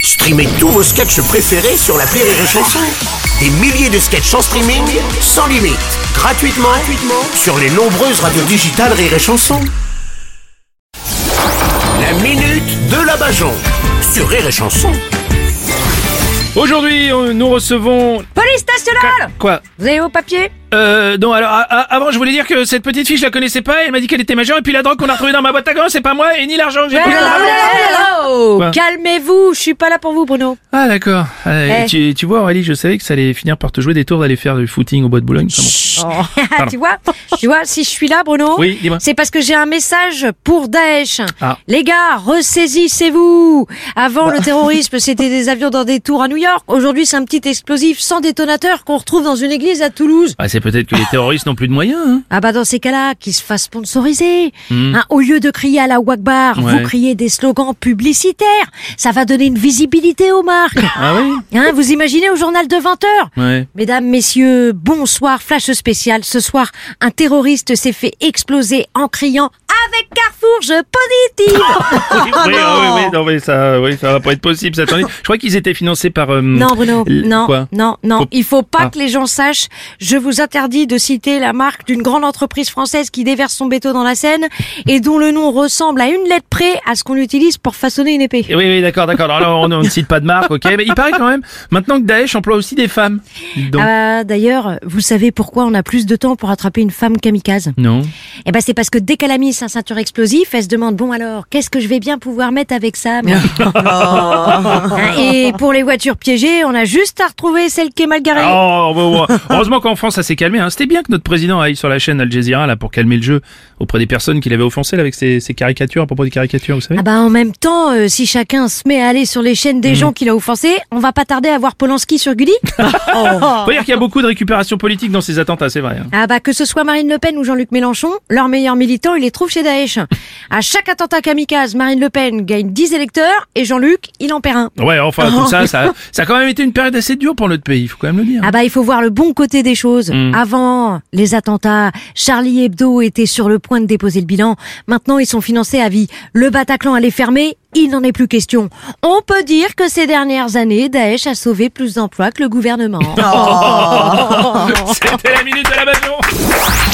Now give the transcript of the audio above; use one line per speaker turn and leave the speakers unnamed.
Streamez tous vos sketchs préférés sur la Rire et Chanson. Des milliers de sketchs en streaming, sans limite, gratuitement, gratuitement sur les nombreuses radios digitales Rire et Chanson. La minute de la Bajon sur Rire et Chanson.
Aujourd'hui, on- nous recevons...
Police nationale
Quoi
Vous avez vos papiers
Euh... Non, alors, a- a- avant, je voulais dire que cette petite fille, je la connaissais pas, elle m'a dit qu'elle était majeure, et puis la drogue qu'on a retrouvée dans ma boîte à gants, c'est pas moi, et ni l'argent que j'ai pris.
Hello
Quoi
Calmez-vous, je suis pas là pour vous, Bruno.
Ah, d'accord. Euh,
Eh.
tu, tu vois, Aurélie, je savais que ça allait finir par te jouer des tours d'aller faire du footing au bois de Boulogne. Enfin, bon.
Oh. tu vois Tu vois, si je suis là, Bruno,
Oui, dis-moi.
c'est parce que j'ai un message pour Daesh.
Ah. Bah.
Les gars, ressaisissez-vous Avant, le terrorisme, c'était des avions dans des tours à New York. Aujourd'hui, c'est un petit explosif sans détonateur qu'on retrouve dans une église à Toulouse.
Ah, c'est peut-être que les terroristes n'ont plus de moyens, hein.
Ah bah dans ces cas-là, qu'ils se fassent sponsoriser. Hein, au lieu de crier à la Wagbar,
Hmm. Ouais.
vous criez des slogans publicitaires. Ça va donner une visibilité aux marques.
Ah oui
Hein, vous imaginez au journal de 20h
Ouais.
Mesdames, messieurs, bonsoir, flash spécial. Ce soir, un terroriste s'est fait exploser en criant Avec Carrefour, je positive
oui, oui,
non.
oui, oui, non, mais ça, oui, ça va pas être possible, ça attendez. Je crois qu'ils étaient financés par... euh,
Non, Bruno,
l-
non,
Quoi
non, non.
Faut-
Il faut pas
Ah.
que les gens sachent. Je vous interdis de citer la marque d'une grande entreprise française qui déverse son béton dans la Seine et dont le nom ressemble à une lettre près à ce qu'on utilise pour façonner une épée.
Eh Oui, oui, d'accord, d'accord. Alors, on on ne cite pas de marque, ok. Mais il paraît quand même, maintenant que Daesh emploie aussi des femmes. Dites donc.
Ah bah, D'ailleurs, vous savez pourquoi on a plus de temps pour attraper une femme kamikaze
Non.
Eh ben c'est parce que dès qu'elle a mis sa ceinture explosive, elle se demande bon alors qu'est-ce que je vais bien pouvoir mettre avec ça moi Hein, Et pour les voitures piégées, on a juste à retrouver celle qui est mal garée.
Oh, bon, bon. Heureusement qu'en France, ça s'est calmé. Hein. C'était bien que notre président aille sur la chaîne Al Jazeera là, pour calmer le jeu auprès des personnes qu'il avait offensées là, avec ses, ses caricatures, à propos des caricatures, vous savez.
Ah bah en même temps, euh, si chacun se met à aller sur les chaînes des gens qu'il a offensés, on va pas tarder à voir Polanski sur Gulli. bah.
Faut dire qu'il y a beaucoup de récupération politique dans ces attentats, c'est vrai. hein.
Ah bah que ce soit Marine Le Pen ou Jean-Luc Mélenchon, leurs meilleurs militants, ils les trouvent chez Daesh. À chaque attentat kamikaze, Marine Le Pen gagne 10 électeurs et Jean-Luc, il en perd un.
Ouais, enfin, tout ça, ça, ça a quand même été une période assez dure pour notre pays, faut quand même le dire.
Ah bah il faut voir le bon côté des choses. Avant les attentats, Charlie Hebdo était sur le point de déposer le bilan. Maintenant ils sont financés à vie. Le Bataclan allait fermer, il n'en est plus question. On peut dire que ces dernières années, Daesh a sauvé plus d'emplois que le gouvernement.
C'était la minute de la Bajon